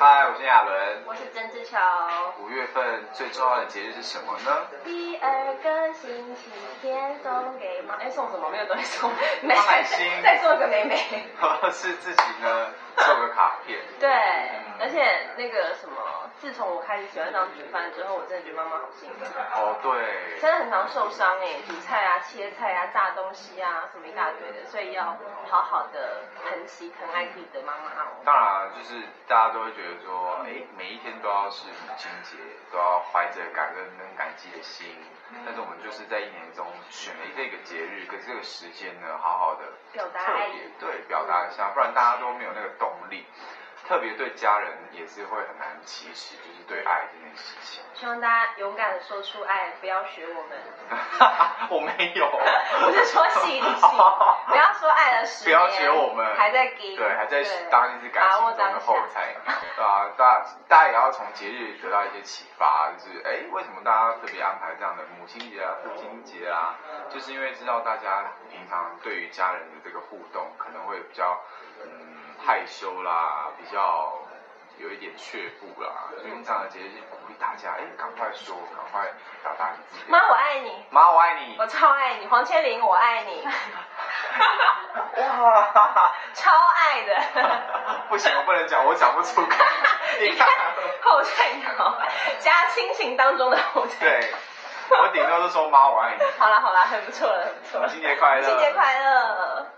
嗨，我是亚伦。我是曾之乔。五月份最重要的节日是什么呢？ 第二个星期天送给妈，哎，送什么？没有东西 送，没妈买新再送一个妹妹。 是自己呢做个卡片。对，而且那个什么，自从我开始喜欢上煮饭之后，我真的觉得妈妈好幸福，哦，对，真的很常受伤哎，煮菜啊、切菜啊、炸东西啊，什么一大堆的，所以要好好的疼惜、疼爱自己的妈妈哦。当然就是大家都会觉得说，哎，每一天都要是母亲节，都要怀着感恩跟感激的心。嗯但是我们就是在一年中选了这个节日跟这个时间呢，好好的表达特爱别意，对表达一下，不然大家都没有那个动力。特别对家人也是会很难启齿，就是对爱这件事情。希望大家勇敢的说出爱，不要学我们。 我没有， 我是说戏里戏， 不要说爱了十不年，要学我们，还在给，对，还在对当一只感把情握中的当后下。菜，对啊，大大家也要从节日得到一些启发，就是哎，为什么大家特别安排这样的母亲节啊、父亲节啊？就是因为知道大家平常对于家人的这个互动，可能会比较嗯害羞啦，比较有一点却步啦，所以这样的节日就鼓励大家，哎，赶快说，赶快表达你自己。妈，我爱你，妈，我爱你。我超爱你，黄千玲，我爱 你，哇！超爱的。。不行，我不能讲，我讲不出口你看后菜鸟加亲情当中的后菜。对，我顶多是说妈，我爱你，好啦好啦，很不错了，很不错了。母亲节快乐母亲节快乐。